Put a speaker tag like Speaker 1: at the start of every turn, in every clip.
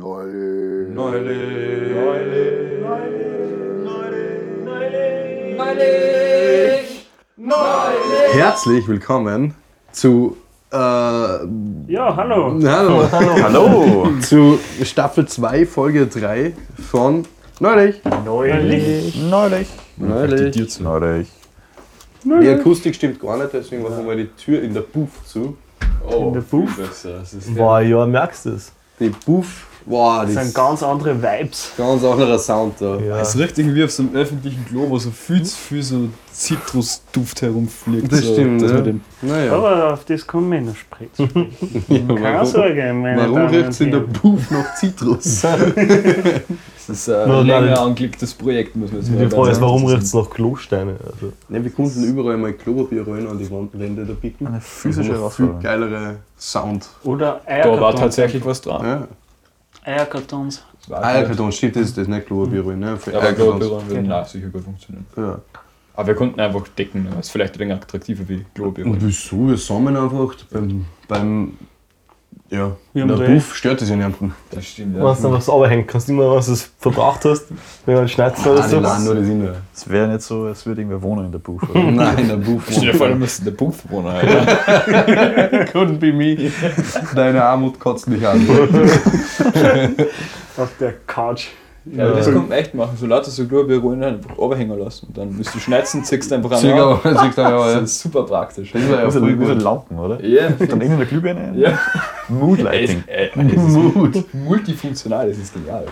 Speaker 1: Neulich.
Speaker 2: Neulich.
Speaker 3: Neulich. Neulich. Neulich. Neulich.
Speaker 2: Herzlich willkommen zu. Äh,
Speaker 3: Ja, hallo.
Speaker 2: hallo.
Speaker 4: Hallo!
Speaker 2: zu Staffel 2, Folge 3 von Neulich.
Speaker 3: Neulich.
Speaker 4: Neulich.
Speaker 2: Neulich.
Speaker 4: Dir zu. Neulich.
Speaker 2: Die Akustik stimmt gar nicht, deswegen machen wir die Tür in der Buff zu.
Speaker 3: In der Buff.
Speaker 5: Boah, ja, merkst du es?
Speaker 2: Die Buff. Wow, das
Speaker 3: Das
Speaker 2: ist
Speaker 3: sind ganz andere Vibes.
Speaker 2: ganz anderer Sound da.
Speaker 5: Ja.
Speaker 4: Es riecht irgendwie auf so einem öffentlichen Klo, wo so viel zu viel so Zitrusduft herumfliegt.
Speaker 2: Das
Speaker 4: so,
Speaker 2: stimmt,
Speaker 4: Dass
Speaker 2: ja.
Speaker 4: man den
Speaker 2: Naja.
Speaker 3: Aber auf das kommen wir noch sprechen. Keine
Speaker 2: warum
Speaker 3: Sorge, meine
Speaker 2: warum
Speaker 3: Damen
Speaker 2: riecht es
Speaker 3: und
Speaker 2: in der
Speaker 3: Herren.
Speaker 2: Buff nach Zitrus?
Speaker 4: das ist ein
Speaker 5: Nur
Speaker 4: länger
Speaker 5: dann-
Speaker 4: angelegtes Projekt, muss man
Speaker 5: Die Frage ist, warum riecht es nach Klosteine? Also,
Speaker 2: Ne, wir konnten überall mal Klopapier rein an die Wand- Wände da picken.
Speaker 4: Eine
Speaker 2: Das
Speaker 4: physische
Speaker 2: ist ein viel
Speaker 4: Herausforderung.
Speaker 2: geilere Sound.
Speaker 3: Oder
Speaker 4: Da
Speaker 3: Eierkartons.
Speaker 4: war tatsächlich was dran. halt
Speaker 2: Ja.
Speaker 3: Eierkartons.
Speaker 2: Eierkarton, stimmt, das ist das nicht Klopapier rein, ne? Für
Speaker 4: Aber
Speaker 2: Eierkartons.
Speaker 4: Globüro würde
Speaker 3: Genau.
Speaker 4: nach sicher gut funktionieren.
Speaker 2: Ja.
Speaker 4: Aber wir konnten einfach decken, das ist vielleicht ein attraktiver wie Globüro.
Speaker 2: Und wieso? Wir sammeln einfach beim. beim ja, in
Speaker 3: Wir haben
Speaker 2: der
Speaker 3: drei.
Speaker 2: Buff stört es ja niemanden.
Speaker 4: Das stimmt,
Speaker 5: wenn du dann was runterhängt, kannst du immer, was du es verbraucht hast, wenn man schneidet oder
Speaker 6: Ah,
Speaker 2: Nein,
Speaker 5: so.
Speaker 2: die laden nur das Innere.
Speaker 6: Es wäre nicht so, als würde irgendwer wohnen in der Buche. oder?
Speaker 2: Nein, der Buff.
Speaker 4: Stell dir vor, du musst in der Booth wohnen, Alter.
Speaker 2: Couldn't be me. Deine Armut kotzt mich an.
Speaker 3: Auf der Couch.
Speaker 4: Ja, aber das kommt man echt machen. So lauter so Globüro einfach runterhängen lassen. Und dann müsst du schneiden, ziehst einfach an.
Speaker 2: Zigarre, Zigarre,
Speaker 4: Das
Speaker 2: ja.
Speaker 4: ist super praktisch.
Speaker 2: Das war ja
Speaker 6: Wie so,
Speaker 2: voll
Speaker 6: wie so
Speaker 2: gut.
Speaker 6: Lampen, oder?
Speaker 4: Ja.
Speaker 6: Dann irgendeine Glühbirne ein?
Speaker 4: Ja. Es,
Speaker 6: Moodlighting.
Speaker 4: äh, es ist multifunktional, das ist genial.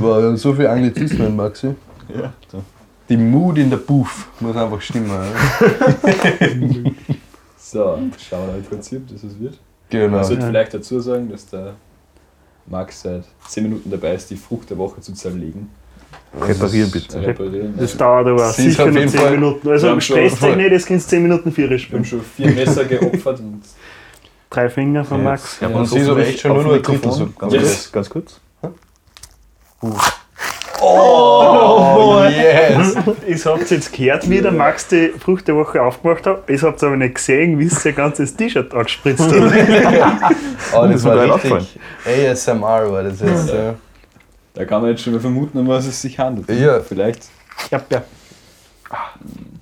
Speaker 2: Boah, wir haben so viel Anglizismen, Maxi.
Speaker 6: Ja. So.
Speaker 2: Die Mood in der Buff muss einfach stimmen. Ja.
Speaker 4: So, schauen wir mal im Prinzip, dass es wird.
Speaker 2: Genau.
Speaker 4: Man sollte
Speaker 3: Ja.
Speaker 4: vielleicht dazu sagen, dass der Max seit 10 Minuten dabei ist, die Frucht der Woche zu zerlegen. äh,
Speaker 6: Reparieren bitte.
Speaker 4: Zu reparieren.
Speaker 3: Das
Speaker 4: Wir
Speaker 3: dauert aber
Speaker 2: Das ist
Speaker 3: sicher
Speaker 2: auf
Speaker 3: noch
Speaker 2: jeden
Speaker 3: 10
Speaker 2: Fall-
Speaker 3: Minuten.
Speaker 4: Wir
Speaker 3: Also
Speaker 4: haben schon-
Speaker 3: stresst euch nicht, das kannst 10 Minuten vier
Speaker 4: haben
Speaker 3: spielen.
Speaker 4: schon vier Messer geopfert und
Speaker 3: Drei Finger von Max.
Speaker 6: Ja,
Speaker 4: Ja,
Speaker 6: man
Speaker 2: sie ist aber echt schon nur noch ein Drittel so-
Speaker 6: Ganz,
Speaker 4: Yes.
Speaker 6: kurz, ganz kurz.
Speaker 2: Oh, yes!
Speaker 3: Ich hab's jetzt gehört, wie der Max die Frucht der Woche aufgemacht hat. Ich hab's aber nicht gesehen, wie es sein ganzes T-Shirt anspritzt hat.
Speaker 2: Oh,
Speaker 6: das war richtig
Speaker 2: ASMR war das jetzt. Ja.
Speaker 4: da kann man jetzt schon mal vermuten, um was es sich handelt.
Speaker 2: Ja.
Speaker 4: Vielleicht.
Speaker 3: Ja, ja.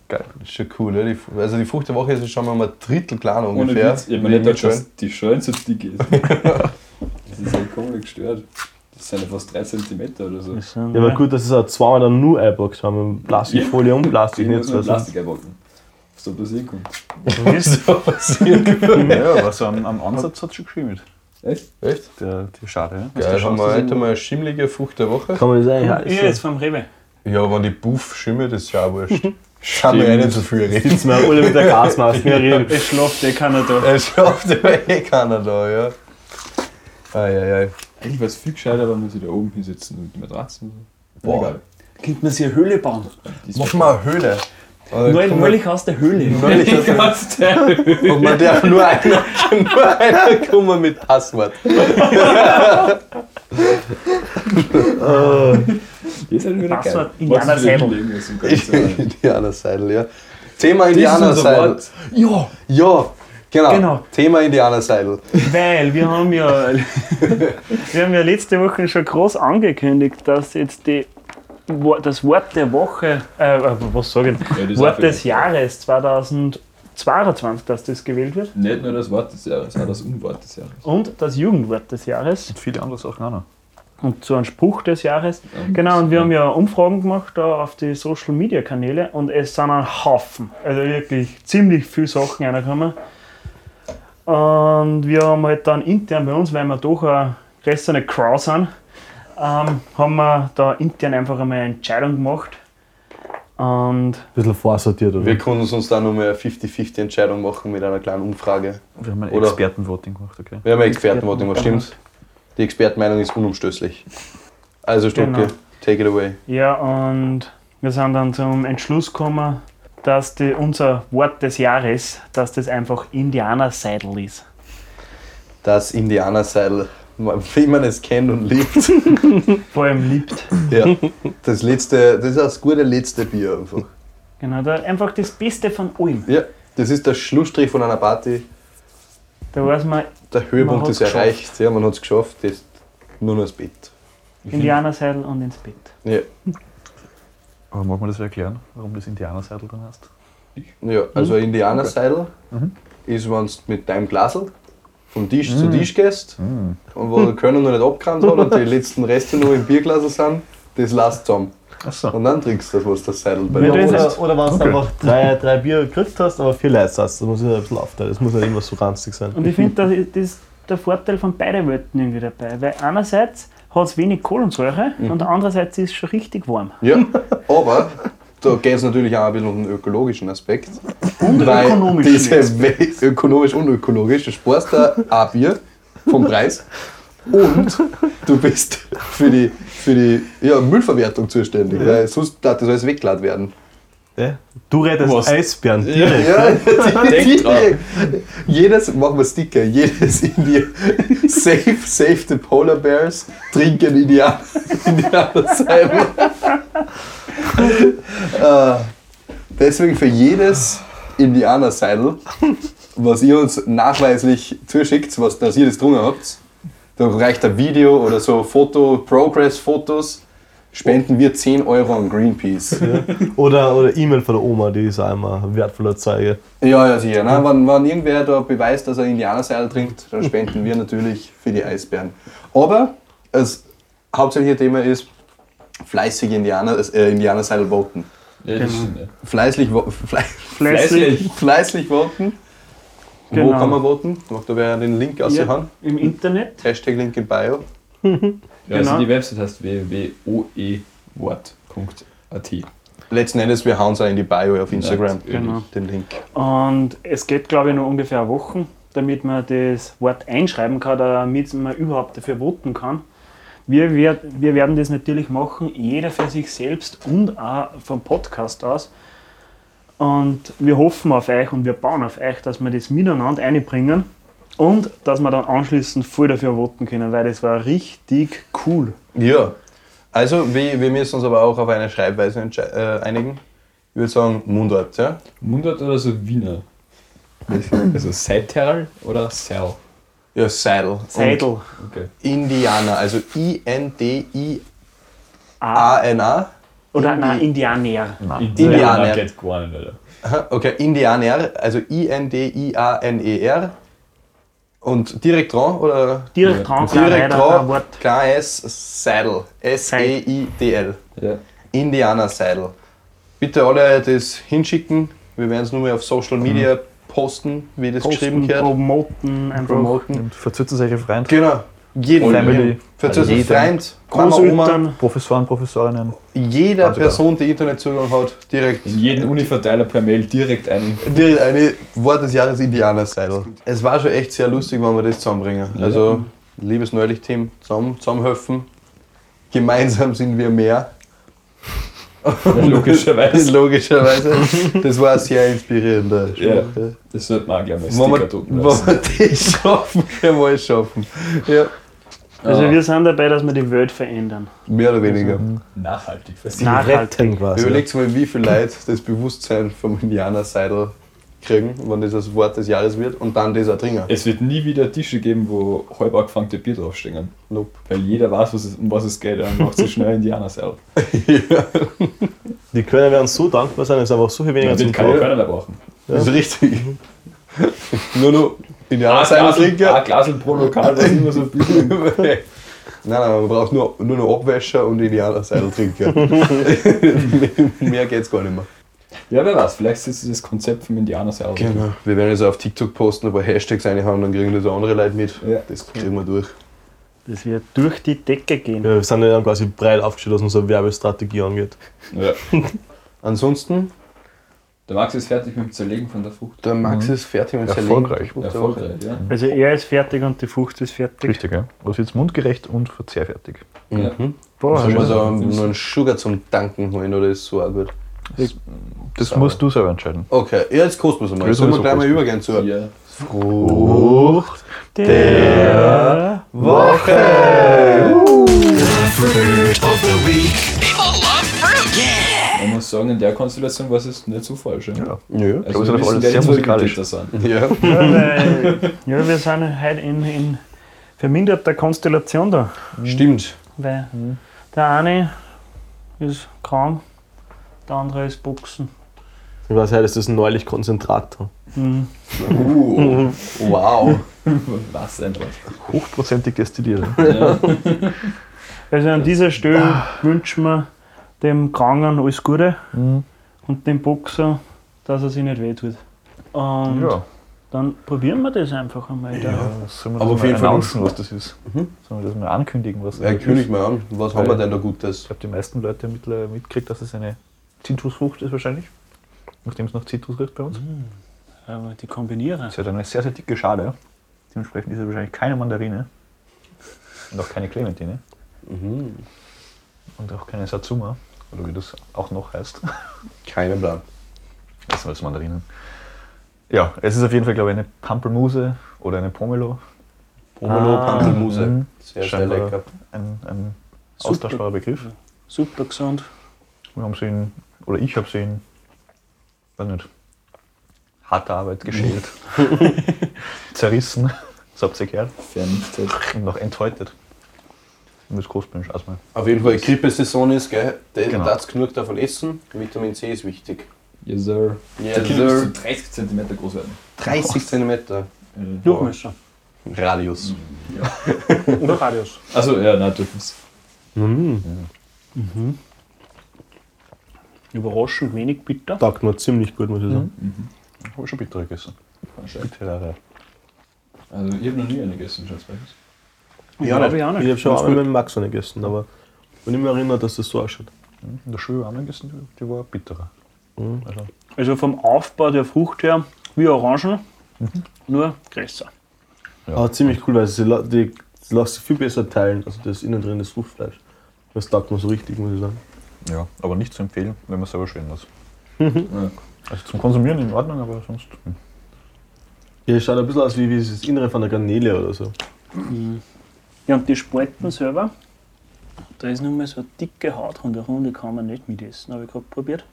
Speaker 2: Geil. Das ist schon cool, oder? Die- Also die Frucht der Woche ist schon mal um ein Drittel kleiner
Speaker 4: Ohne
Speaker 2: ungefähr.
Speaker 4: Witz, ich habe mir
Speaker 2: Mega
Speaker 4: nicht gedacht,
Speaker 2: schön.
Speaker 4: dass die Schalen so dick ist. das ist ja komplett gestört. Das sind ja fast 3 cm oder so.
Speaker 5: Ja, aber gut, dass sie es auch zweimal dann nur eingepackt haben. mit Plastikfolie und
Speaker 4: Ich
Speaker 5: Plastik. Nicht
Speaker 4: muss
Speaker 5: so
Speaker 4: mit
Speaker 1: ne?
Speaker 4: Plastik einpacken. Was da passieren kann.
Speaker 6: Ja, aber so am, am Ansatz hat schon geschimmelt.
Speaker 4: Echt?
Speaker 2: Echt?
Speaker 6: Der, der Schade, ja. Also
Speaker 2: Geil, haben wir heute mal eine schimmelige Frucht der Woche.
Speaker 5: Kann man das eigentlich
Speaker 3: Ich
Speaker 5: heißen?
Speaker 3: jetzt vom Rewe.
Speaker 2: Ja, wenn die Buff schimmelt, ist ja auch wurscht. Kann man ja nicht so viel reden.
Speaker 5: Jetzt mal alle mit der Gasmaske reden.
Speaker 3: Es schlaft eh keiner da.
Speaker 2: Er schafft aber eh keiner da, ja. Eieiei.
Speaker 4: Eigentlich wäre es viel gescheiter, wenn wir sie da oben hinsetzen mit Matratzen. und so.
Speaker 2: Boah.
Speaker 4: Egal.
Speaker 3: Könnte man sich eine Höhle bauen.
Speaker 4: Die ist
Speaker 2: Mach mal eine Höhle. Oder
Speaker 3: Neulich,
Speaker 2: komm,
Speaker 3: neulich aus der Höhle.
Speaker 2: neulich hat er- Und man darf nur einer, nur einer kommen mit Passwort.
Speaker 4: Die ist halt wieder
Speaker 3: Das
Speaker 4: geil.
Speaker 3: war Indianer
Speaker 4: Wolltest du wieder
Speaker 3: Seidel.
Speaker 4: hinlegen, das ist ein ganz anderer.
Speaker 2: Indianerseidel, ja. Thema
Speaker 4: Dieses
Speaker 2: Indianerseidel.
Speaker 4: Wort.
Speaker 3: Ja,
Speaker 2: Ja, genau.
Speaker 3: Genau.
Speaker 2: Thema Indianerseidel.
Speaker 3: weil wir haben ja, wir haben ja letzte Woche schon groß angekündigt, dass jetzt die, Wo- das Wort der Woche, äh, äh, was sage
Speaker 4: Ja,
Speaker 3: ich,
Speaker 4: das
Speaker 3: Wort
Speaker 4: auch wieder.
Speaker 3: des Jahres 2022, dass das gewählt wird
Speaker 4: Nicht nur das Wort des Jahres, auch das Unwort des Jahres.
Speaker 3: und das Jugendwort des Jahres
Speaker 6: Viele andere Sachen auch noch.
Speaker 3: und so ein Spruch des Jahres. Genau, und wir haben ja Umfragen gemacht da auf die Social Media Kanäle und es sind ein Haufen. Also wirklich ziemlich viele Sachen reingekommen. Und wir haben halt dann intern bei uns, weil wir doch eine größere Crowd sind, ähm, haben wir da intern einfach einmal eine Entscheidung gemacht. Und
Speaker 5: Ein bisschen vorsortiert, oder?
Speaker 2: Also Wir konnten uns dann nochmal eine 50-50-Entscheidung machen mit einer kleinen Umfrage.
Speaker 6: Wir haben ein
Speaker 2: Oder-
Speaker 6: Expertenvoting gemacht, okay.
Speaker 2: Wir haben eine Expertenvoting, was stimmt? Die Expertenmeinung ist unumstößlich. Also Stucke,
Speaker 3: Genau.
Speaker 2: take it away.
Speaker 3: Ja, und wir sind dann zum Entschluss gekommen, dass die, unser Wort des Jahres, dass das einfach Indianerseidel ist.
Speaker 2: Das Indianerseil, wie man es kennt und liebt.
Speaker 3: Vor allem liebt.
Speaker 2: ja. Das letzte, das ist das gute letzte Bier einfach.
Speaker 3: Genau, da einfach das Beste von allem.
Speaker 2: Ja, das ist der Schlussstrich von einer Party.
Speaker 3: Da weiß man,
Speaker 2: Der
Speaker 3: Man
Speaker 2: Höhepunkt
Speaker 3: hat's
Speaker 2: ist erreicht. Ja, man hat es geschafft. Das, Nur noch das Bett.
Speaker 3: Indianerseidel und ins Bett.
Speaker 2: Ja,
Speaker 6: Aber mag man das erklären, warum das Indianerseidel dann heißt?
Speaker 2: ja also ein Indianerseidel
Speaker 6: Mhm.
Speaker 2: ist, wenn du mit deinem Glasel vom Tisch zu Tisch gehst und wo der Körner noch nicht abgerannt hat und die letzten Reste nur im Bierglas sind, das lässt zusammen.
Speaker 6: Achso.
Speaker 2: Und dann trinkst du, was das Seidel bei
Speaker 3: Ja,
Speaker 2: dir
Speaker 3: das ist-
Speaker 2: ist.
Speaker 5: Oder, oder wenn
Speaker 6: Okay.
Speaker 5: du einfach drei, drei Bier gekriegt hast, aber vier Leute saß. Das muss ja ein bisschen aufteilen. Das muss nicht immer so ranzig sein.
Speaker 3: Und ich finde, das ist das ist der Vorteil von beiden Welten irgendwie dabei. Weil einerseits hat es wenig Kohlensäure und andererseits ist es schon richtig warm.
Speaker 2: Ja, aber da geht es natürlich auch ein bisschen um den ökologischen Aspekt. Und weil
Speaker 3: ökonomischen
Speaker 2: diese We- ökonomisch und ökologisch, du sparst da ein Bier vom Preis und du bist für die, für die ja, Müllverwertung zuständig, weil sonst darf das alles weggeladen werden.
Speaker 5: Äh? Du redest
Speaker 4: Was?
Speaker 5: Eisbären.
Speaker 2: Ja,
Speaker 4: Denk dran.
Speaker 2: jedes, machen wir Sticker, jedes India, save, save the Polar Bears, trinken Indianer, Indianersalbe. äh, deswegen für jedes Indianerseidel, was ihr uns nachweislich zuschickt, was dass ihr das drungen habt, da reicht ein Video oder so Foto, Progress-Fotos, spenden wir 10 Euro an Greenpeace.
Speaker 5: Oder, oder E-Mail von der Oma, die ist auch immer ein wertvoller Zeuge.
Speaker 2: Ja, ja, sicher. Ne? Wenn, wenn irgendwer da beweist, dass er Indianerseidel trinkt, dann spenden wir natürlich für die Eisbären. Aber das hauptsächliche Thema ist fleißige Indianer, äh, Indianerseidelboten.
Speaker 4: Ja,
Speaker 3: Genau.
Speaker 4: das stimmt. ja.
Speaker 2: Fleißig, wo- fle
Speaker 3: Fleißig.
Speaker 2: fleißig voten. Wo
Speaker 3: Genau.
Speaker 2: kann man voten? Macht da wer den Link aus der
Speaker 3: Ja,
Speaker 2: Hand?
Speaker 3: Im Internet.
Speaker 2: Hashtag Link in Bio.
Speaker 4: Ja, also
Speaker 3: Genau.
Speaker 4: die Website heißt www.oewort.at.
Speaker 2: Letzten Endes, wir hauen es auch in die Bio auf Instagram.
Speaker 3: Genau.
Speaker 2: Den Link.
Speaker 3: Und es geht, glaube ich, nur ungefähr eine Woche, damit man das Wort einschreiben kann, damit man überhaupt dafür voten kann. Wir, werd, wir werden das natürlich machen, jeder für sich selbst und auch vom Podcast aus. Und wir hoffen auf euch und wir bauen auf euch, dass wir das miteinander einbringen und dass wir dann anschließend voll dafür voten können, weil das war richtig cool.
Speaker 2: Ja, also wir, wir müssen uns aber auch auf eine Schreibweise entsche- äh, einigen. Ich würde sagen Mundart, ja?
Speaker 4: Mundart oder so Wiener? Also Seital oder Sal?
Speaker 2: Ja, Seidel. Und
Speaker 3: Seidel.
Speaker 4: Okay.
Speaker 2: Indianer, also I-N-D-I-A-N-A.
Speaker 3: Ah, oder
Speaker 2: Indi-
Speaker 3: nein, Indianer.
Speaker 2: Indianer.
Speaker 4: geht gar nicht, Alter.
Speaker 2: Aha, Okay, Indianer, also I-N-D-I-A-N-E-R. E Und direkt dran, oder?
Speaker 3: Direkt dran, klar,
Speaker 2: Direkt
Speaker 3: leider, ein
Speaker 2: dran,
Speaker 3: Wort.
Speaker 2: klar S, E Seidel. S-E-I-D-L.
Speaker 4: Ja.
Speaker 2: Indianerseidel. Bitte alle das hinschicken. Wir werden es nur mehr auf Social Media posten, wie das geschrieben
Speaker 3: Posten,
Speaker 2: gehört.
Speaker 3: promoten, einfach.
Speaker 2: Promoten.
Speaker 6: Und verzützt es euch Freunde,
Speaker 2: Genau. Jeden.
Speaker 6: Family.
Speaker 2: Für also
Speaker 6: Jeden.
Speaker 2: Freund, Mama, Oma,
Speaker 3: Großeltern.
Speaker 6: Professoren, Professorinnen.
Speaker 2: jeder
Speaker 6: Also da.
Speaker 2: Person, die Internetzugang hat, direkt
Speaker 4: In jeden Univerteiler per Mail direkt ein.
Speaker 2: Direkt eine Wort des Jahres Indianerseidel. Es war schon echt sehr lustig, wenn wir das zusammenbringen. Also, liebes Neulich-Team, zusammen, zusammenhelfen. Gemeinsam sind wir mehr.
Speaker 4: Logischerweise.
Speaker 2: Logischerweise. Das war ein sehr inspirierender
Speaker 4: Ja.
Speaker 2: Spruch. Ja.
Speaker 4: Das sollte man auch gleich mal
Speaker 2: Wenn
Speaker 4: Sticker
Speaker 2: wir,
Speaker 4: drucken
Speaker 2: wenn
Speaker 4: lassen.
Speaker 2: wir das schaffen, können wir es schaffen. Ja.
Speaker 3: Also
Speaker 4: Ah,
Speaker 3: wir sind dabei, dass wir die Welt verändern.
Speaker 2: Mehr oder weniger.
Speaker 4: Also, nachhaltig. verstehe.
Speaker 3: Nachhaltig.
Speaker 5: quasi.
Speaker 2: Überlegt mal, wie viele Leute das Bewusstsein vom Indianerseidel kriegen, wenn das das Wort des Jahres wird und dann das auch trinken.
Speaker 4: Es wird nie wieder Tische geben, wo halb angefangte Bier draufstehen.
Speaker 2: Nope.
Speaker 4: Weil jeder weiß, was es, um was es geht. Dann macht so schnell Indianer selber.
Speaker 5: Die Kölner werden so dankbar sein, dass sie einfach so viel weniger
Speaker 4: Dann
Speaker 5: zum
Speaker 4: wird keine
Speaker 5: Trinken
Speaker 4: Körner mehr brauchen.
Speaker 2: Das ist richtig. nur nur Indianerseidel
Speaker 4: Glasel-
Speaker 2: trinken.
Speaker 4: ein Glasel pro Lokal, das ist immer so ein bisschen.
Speaker 2: nein, nein, man braucht nur, nur noch Abwäscher und Indianerseiltrinker. mehr geht's gar nicht mehr.
Speaker 4: Ja, wer weiß, vielleicht ist es das Konzept vom Indianer selber.
Speaker 2: Genau. Wir werden es auf TikTok posten, aber Hashtags reinhauen, dann kriegen das andere Leute mit.
Speaker 4: Ja.
Speaker 2: Das kriegen wir durch.
Speaker 3: Das wird durch die Decke gehen.
Speaker 5: Ja, wir sind ja dann quasi breit aufgestellt, was unsere Werbestrategie angeht.
Speaker 4: Ja.
Speaker 2: Ansonsten,
Speaker 4: Der Max ist fertig mit dem Zerlegen von der Frucht.
Speaker 2: der Max ist fertig mit
Speaker 6: Erfolgreich.
Speaker 2: Zerlegen.
Speaker 4: Erfolgreich, ja.
Speaker 3: Also er ist fertig und die Frucht ist fertig.
Speaker 6: Richtig, ja. Was jetzt mundgerecht und verzehrfertig.
Speaker 2: Mhm.
Speaker 3: Boah,
Speaker 2: Sollen wir
Speaker 3: also
Speaker 2: so nur einen Sugar zum Tanken holen oder ist so auch gut?
Speaker 6: Das
Speaker 2: Sauber.
Speaker 6: musst du selber entscheiden.
Speaker 2: Okay, ja, jetzt kosten wir es mal.
Speaker 6: Ja,
Speaker 2: Jetzt sollen wir
Speaker 6: sowieso
Speaker 2: gleich mal
Speaker 6: kosten.
Speaker 2: übergehen zu.
Speaker 4: Ja.
Speaker 2: Frucht.
Speaker 3: der
Speaker 4: Man muss sagen, in der Konstellation war es jetzt nicht so falsch. Ja.
Speaker 2: Ja.
Speaker 4: Also
Speaker 6: Ich glaube, es
Speaker 4: wir
Speaker 6: sind auf
Speaker 4: wissen,
Speaker 6: alles
Speaker 4: wer
Speaker 6: sehr
Speaker 4: die
Speaker 6: musikalisch.
Speaker 4: Zwiebeltäter sind.
Speaker 2: ja.
Speaker 3: ja, weil- ja, wir sind heute in, in vermindert der Konstellation da.
Speaker 2: Stimmt.
Speaker 3: Weil der eine ist krank, der andere ist Boxen.
Speaker 1: Ich weiß halt, das ist ein neulich Konzentrat.
Speaker 3: Mhm.
Speaker 2: Uh, wow.
Speaker 4: Was ein Wort.
Speaker 6: Hochprozentig destilliert.
Speaker 4: Ja.
Speaker 3: Also an dieser Stelle wünschen wir dem Kranken alles Gute
Speaker 6: Hm,
Speaker 3: und dem Boxer, dass er sich nicht wehtut. Und
Speaker 6: Ja,
Speaker 3: dann probieren wir das einfach einmal. Da.
Speaker 6: sollen wir das
Speaker 2: Aber auf
Speaker 6: mal
Speaker 2: jeden Fall
Speaker 6: announcen,
Speaker 2: uns-
Speaker 6: was das ist?
Speaker 2: Mhm.
Speaker 6: Sollen wir das mal ankündigen, was
Speaker 2: Ja,
Speaker 6: das
Speaker 2: kündig
Speaker 6: ist?
Speaker 2: mal an. Was haben wir denn da Gutes?
Speaker 6: Ich glaube, die meisten Leute haben mittlerweile mitgekriegt, dass es eine Zitrusfrucht ist wahrscheinlich. Nachdem es nach Zitrus riecht bei uns.
Speaker 3: Aber die kombinieren.
Speaker 6: Sie Mhm, hat eine sehr, sehr dicke Schale. Dementsprechend ist es wahrscheinlich keine Mandarine. Und auch keine Clementine.
Speaker 2: Mhm.
Speaker 6: Und auch keine Satsuma. Oder wie das auch noch heißt.
Speaker 2: Keinen Plan.
Speaker 6: Das sind alles Mandarinen. Ja, es ist auf jeden Fall, glaube ich, eine Pampelmuse oder eine Pomelo.
Speaker 2: Pomelo,
Speaker 3: Ah.
Speaker 2: Pampelmuse.
Speaker 6: Mhm.
Speaker 2: Sehr, sehr
Speaker 6: Scheinbar.
Speaker 2: lecker.
Speaker 6: Ein, ein
Speaker 3: Super.
Speaker 6: austauschbarer Begriff.
Speaker 3: Super gesund.
Speaker 6: Wir haben sie in, oder ich habe sie in, weiß nicht, harte Arbeit geschält, zerrissen, das habt ihr gehört,
Speaker 4: Vernichtet.
Speaker 6: und noch enthäutet. Mit Großbünsch erstmal.
Speaker 2: Auf jeden Fall, Grippesaison ist, gell? Der
Speaker 6: Genau.
Speaker 2: darf genug davon essen. Vitamin C ist wichtig.
Speaker 4: Yes, sir.
Speaker 2: Ja,
Speaker 4: Der Kilo muss zu 30 cm groß werden.
Speaker 2: 30 cm
Speaker 4: Äh,
Speaker 3: Durchmesser.
Speaker 2: Radius.
Speaker 3: Oder Radius.
Speaker 4: Achso, also, ja, na, dürfen es.
Speaker 3: Überraschend wenig bitter.
Speaker 1: Taugt mir ziemlich gut, muss ich sagen.
Speaker 6: Habe ich schon bitter gegessen.
Speaker 4: Wahrscheinlich.
Speaker 6: Bitterere.
Speaker 4: Also, ich habe noch nie eine gegessen, Schatzbergis.
Speaker 3: Ja, glaube ich auch
Speaker 1: Ich
Speaker 3: nicht.
Speaker 1: habe schon einmal mit dem Max eine gegessen, aber wenn ich mich erinnere, dass das so ausschaut.
Speaker 6: Mhm. In der Schule haben wir gegessen, die war bitterer. Also,
Speaker 3: Also vom Aufbau der Frucht her wie Orangen, Mhm. nur größer.
Speaker 6: Ja.
Speaker 1: Aber ziemlich cool, weil sie, la- die, sie lässt sich viel besser teilen, also das innen drin, das Fruchtfleisch. Das taugt mir so richtig, muss ich sagen.
Speaker 6: ja, aber nicht zu empfehlen, wenn man selber schälen muss.
Speaker 4: Ja.
Speaker 6: Also zum Konsumieren in Ordnung, aber sonst. hm.
Speaker 1: Ja, schaut ein bisschen aus wie, wie das Innere von der Garnele oder so.
Speaker 3: Ja, und die Spalten selber, da ist nur mal so eine dicke Haut rundherum, die kann man nicht mitessen, habe ich gerade probiert.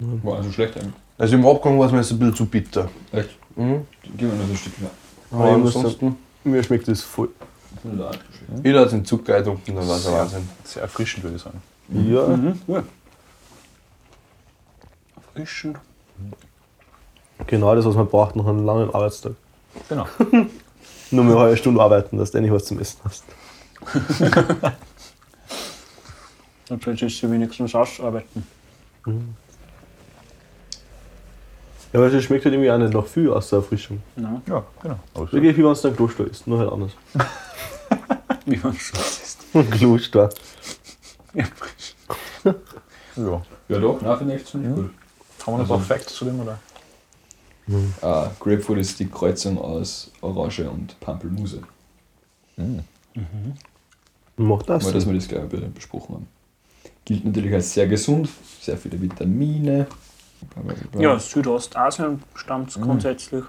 Speaker 4: War also schlecht eigentlich.
Speaker 2: Also im Abgang war es mir jetzt ein bisschen zu bitter.
Speaker 4: Echt?
Speaker 2: Mhm.
Speaker 4: Gib mir noch so ein Stück mehr.
Speaker 1: Aber
Speaker 2: Aber
Speaker 1: ich muss sagen,
Speaker 2: ansonsten,
Speaker 1: mir schmeckt das voll.
Speaker 4: Ja, schlecht.
Speaker 2: jeder hat den Zucker getrunken, dann war es ein
Speaker 6: Ja.
Speaker 2: Wahnsinn.
Speaker 6: Sehr erfrischend, würde ich sagen.
Speaker 1: Ja,
Speaker 3: Mhm. Ja. Erfrischend.
Speaker 1: genau das, was man braucht nach einem langen Arbeitstag.
Speaker 6: Genau.
Speaker 1: Nur mehr eine halbe Stunde arbeiten, dass du endlich was zum Essen hast.
Speaker 3: Dann solltest du wenigstens ausarbeiten.
Speaker 1: Ja, aber es schmeckt halt irgendwie auch nicht nach viel aus der Erfrischung.
Speaker 3: Nein,
Speaker 6: Ja, genau. Aber es-
Speaker 1: Wirklich wie wenn es dann Kloster ist, nur halt anders.
Speaker 3: wie man Schluss ist.
Speaker 1: Kloster.
Speaker 6: ja.
Speaker 4: Ja, doch, na, finde ich echt ziemlich cool.
Speaker 6: Haben wir noch
Speaker 4: Also-
Speaker 6: also, Facts zu dem, oder?
Speaker 4: Ah, Grapefruit ist die Kreuzung aus Orange und Pampelmuse.
Speaker 1: Macht das.
Speaker 4: Mal, dass wir das gleich be- besprochen haben. Gilt natürlich als sehr gesund, sehr viele Vitamine. Bla, bla, bla, bla.
Speaker 3: Ja, aus Südostasien stammt es grundsätzlich.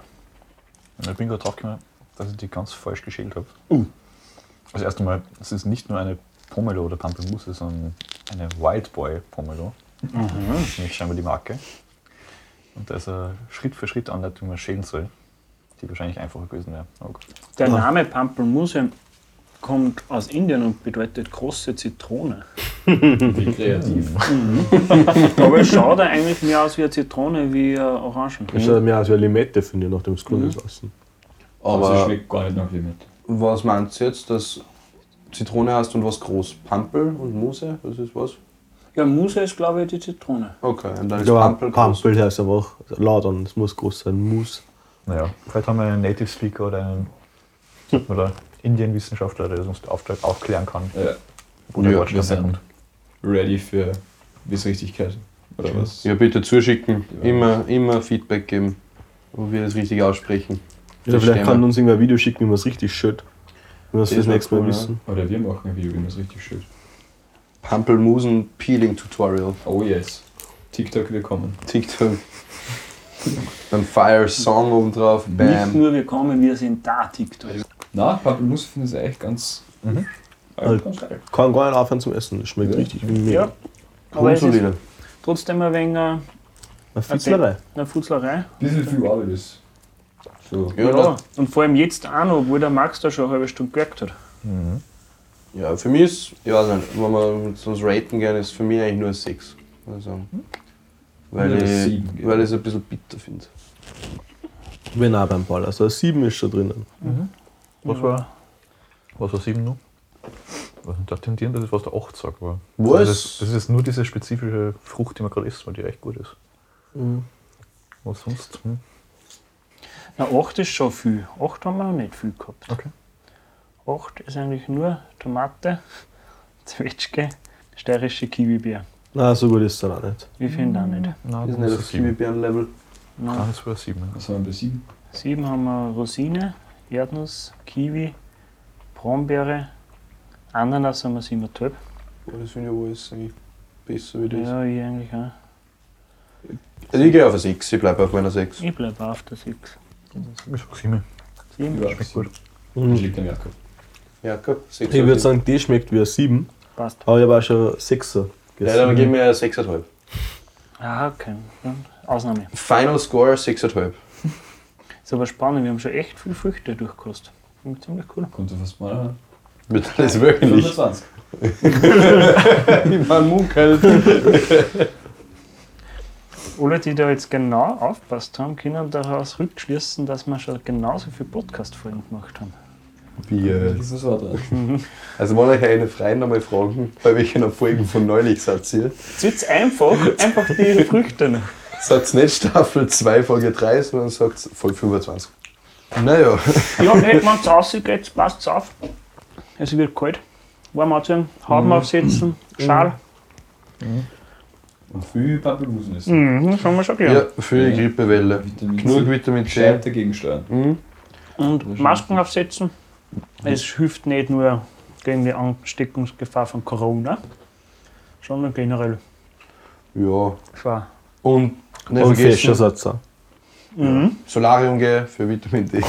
Speaker 6: Und ich bin gerade draufgekommen, dass ich die ganz falsch geschält habe. Also erst einmal, es ist nicht nur eine Pomelo oder Pampelmuse, sondern eine Wild Boy Pomelo. Das ist nämlich scheinbar die Marke. Und da ist eine Schritt für Schritt Anleitung, wie man schälen soll, die wahrscheinlich einfacher gewesen wäre. Oh Gott.
Speaker 3: Der Name Pampelmuse kommt aus Indien und bedeutet große Zitrone.
Speaker 4: Wie kreativ.
Speaker 3: Aber es schaut ja eigentlich mehr aus wie eine Zitrone, wie eine Orangen.
Speaker 1: Das schaut mehr aus wie eine Limette, finde ich, nachdem es grün ist außen.
Speaker 4: Aber also
Speaker 2: Aber
Speaker 4: schmeckt gar nicht nach Limette.
Speaker 2: was meinst du jetzt, dass Zitrone hast und was groß? Pampel und Muse? Das ist was?
Speaker 3: Ja, Muse ist, glaube ich, die Zitrone.
Speaker 2: Okay, und dann ist
Speaker 1: Ja,
Speaker 2: Pampel groß.
Speaker 1: Pampel heißt aber auch laut an, es muss groß sein, muss. Also
Speaker 6: Naja, vielleicht haben wir einen Native Speaker oder einen oder Indienwissenschaftler, der uns den Auftrag aufklären kann,
Speaker 4: Ja,
Speaker 6: wo der
Speaker 2: Ja,
Speaker 6: Wortstamm
Speaker 4: wir sind-
Speaker 6: herkommt.
Speaker 4: ready für Wissrichtigkeit. Oder was?
Speaker 2: Ja, bitte zuschicken. Immer, immer Feedback geben, ob wir das richtig aussprechen.
Speaker 1: Oder
Speaker 2: Das
Speaker 1: vielleicht
Speaker 2: stimmt.
Speaker 1: kann uns irgendwer ein Video schicken, wie man es richtig schütt. Wenn wir es
Speaker 2: Das
Speaker 1: fürs
Speaker 2: wär
Speaker 1: nächste Mal
Speaker 2: cool, ja.
Speaker 1: wissen.
Speaker 4: Oder wir machen ein Video, wenn das richtig schön.
Speaker 2: Pampelmusen Peeling Tutorial.
Speaker 4: Oh yes. TikTok willkommen.
Speaker 2: TikTok. Dann Fire Song oben drauf.
Speaker 3: Nicht
Speaker 2: Bam.
Speaker 3: nur wir kommen, wir sind da, TikTok.
Speaker 4: Na, Pampelmuse finde ich eigentlich ganz.
Speaker 6: Mhm.
Speaker 4: Also, ganz geil.
Speaker 1: Kann gar nicht aufhören zum Essen, das schmeckt
Speaker 4: Ja.
Speaker 1: richtig wie mega.
Speaker 3: Ja. Aber es ist
Speaker 2: Grundsolide.
Speaker 3: trotzdem ein wenig äh,
Speaker 1: Eine Fitzlerei.
Speaker 3: eine Futzlerei.
Speaker 4: Bisschen viel Arbeit ist. So.
Speaker 5: Ja,
Speaker 3: ja. Und vor allem jetzt auch noch, obwohl der Max da schon eine halbe Stunde gewerkt hat.
Speaker 6: Mhm.
Speaker 5: Ja, für mich ist, ich weiß nicht, wenn man sonst raten gerne, ist für mich eigentlich nur ein 6. Muss ich sagen. Weil
Speaker 4: Ja,
Speaker 5: ich
Speaker 4: das
Speaker 5: es
Speaker 4: Sieben geht.
Speaker 5: weil ich's ein bisschen bitter finde. Wenn auch beim Ball. Also ein 7 ist schon drinnen.
Speaker 6: Mhm. Was war, was war 7 nur? Was da tendieren, das ist, was der 8 sagt. War.
Speaker 5: Was?
Speaker 6: Das ist, das ist jetzt nur diese spezifische Frucht, die man gerade isst, weil die recht gut ist. Was sonst? Hm?
Speaker 3: Na, 8 ist schon viel. 8 haben wir noch nicht viel gehabt.
Speaker 6: Okay.
Speaker 3: 8 ist eigentlich nur Tomate, Zwetschge, steirische Kiwibeer.
Speaker 5: Nein, so gut ist es dann auch nicht.
Speaker 3: Ich finde auch nicht.
Speaker 6: Nein,
Speaker 5: Ist nicht auf Kiwi-Bären-Level.
Speaker 3: Na,
Speaker 6: Nein, das war 7. Ja.
Speaker 4: Was haben wir bei sieben?
Speaker 3: 7 haben wir Rosine, Erdnuss, Kiwi, Brombeere, Ananas haben wir 7,5.
Speaker 5: Aber das finde ich aber alles eigentlich besser wie das.
Speaker 3: Ja, ich eigentlich auch.
Speaker 5: Also ich gehe auf eine 6, ich bleibe auf meiner 6.
Speaker 3: Ich bleibe auf der 6.
Speaker 6: Ich sag 7.
Speaker 3: 7
Speaker 4: Ja,
Speaker 6: Schmeckt gut.
Speaker 4: Das liegt am Jakob.
Speaker 5: Jakob, 6.
Speaker 1: Ich würde sagen, die schmeckt wie ein 7,
Speaker 3: passt.
Speaker 1: aber ich habe auch schon 6er
Speaker 5: Ja, dann geben wir 6,5.
Speaker 3: Ah, okay. Dann Ausnahme.
Speaker 5: Final Score 6,5.
Speaker 3: Ist aber spannend, wir haben schon echt viel Früchte durchgekostet. Klingt ziemlich cool.
Speaker 4: Kommt auf was mal
Speaker 5: Wird alles wirklich.
Speaker 4: 25.
Speaker 5: Ich war Munkel.
Speaker 3: Alle, die da jetzt genau aufpasst haben, können daraus rückschließen, dass wir schon genauso viele Podcast-Folgen gemacht haben.
Speaker 2: Wie,
Speaker 4: Das ist auch dran.
Speaker 2: also wenn euch eine Freien einmal fragen, bei welchen Folgen von neulich seid ihr?
Speaker 3: Jetzt wird's einfach, einfach die Früchte noch.
Speaker 2: Sagt nicht Staffel 2, Folge 3, sondern sagt Folge 25. Naja,
Speaker 3: Ja, hey, wenn es rausgeht, passt es auf. Es wird kalt. Warm anziehen, Hauben
Speaker 2: Mhm.
Speaker 3: aufsetzen, Schal.
Speaker 4: Und viel Pampelmusen ist.
Speaker 3: Mhm, das haben wir schon
Speaker 5: Ja,
Speaker 3: gelernt.
Speaker 5: für die Grippewelle.
Speaker 4: Vitamin
Speaker 5: Genug
Speaker 4: C.
Speaker 5: Vitamin C. Mhm.
Speaker 4: Gescheit dagegen steuern.
Speaker 3: Und Masken aufsetzen. Es hilft nicht nur gegen die Ansteckungsgefahr von Corona, sondern generell
Speaker 5: Ja.
Speaker 3: schwer.
Speaker 5: Und nicht
Speaker 1: und
Speaker 5: vergessen,
Speaker 6: also-
Speaker 1: Fischersatz.
Speaker 3: Mhm.
Speaker 5: Solarium gehen für Vitamin D.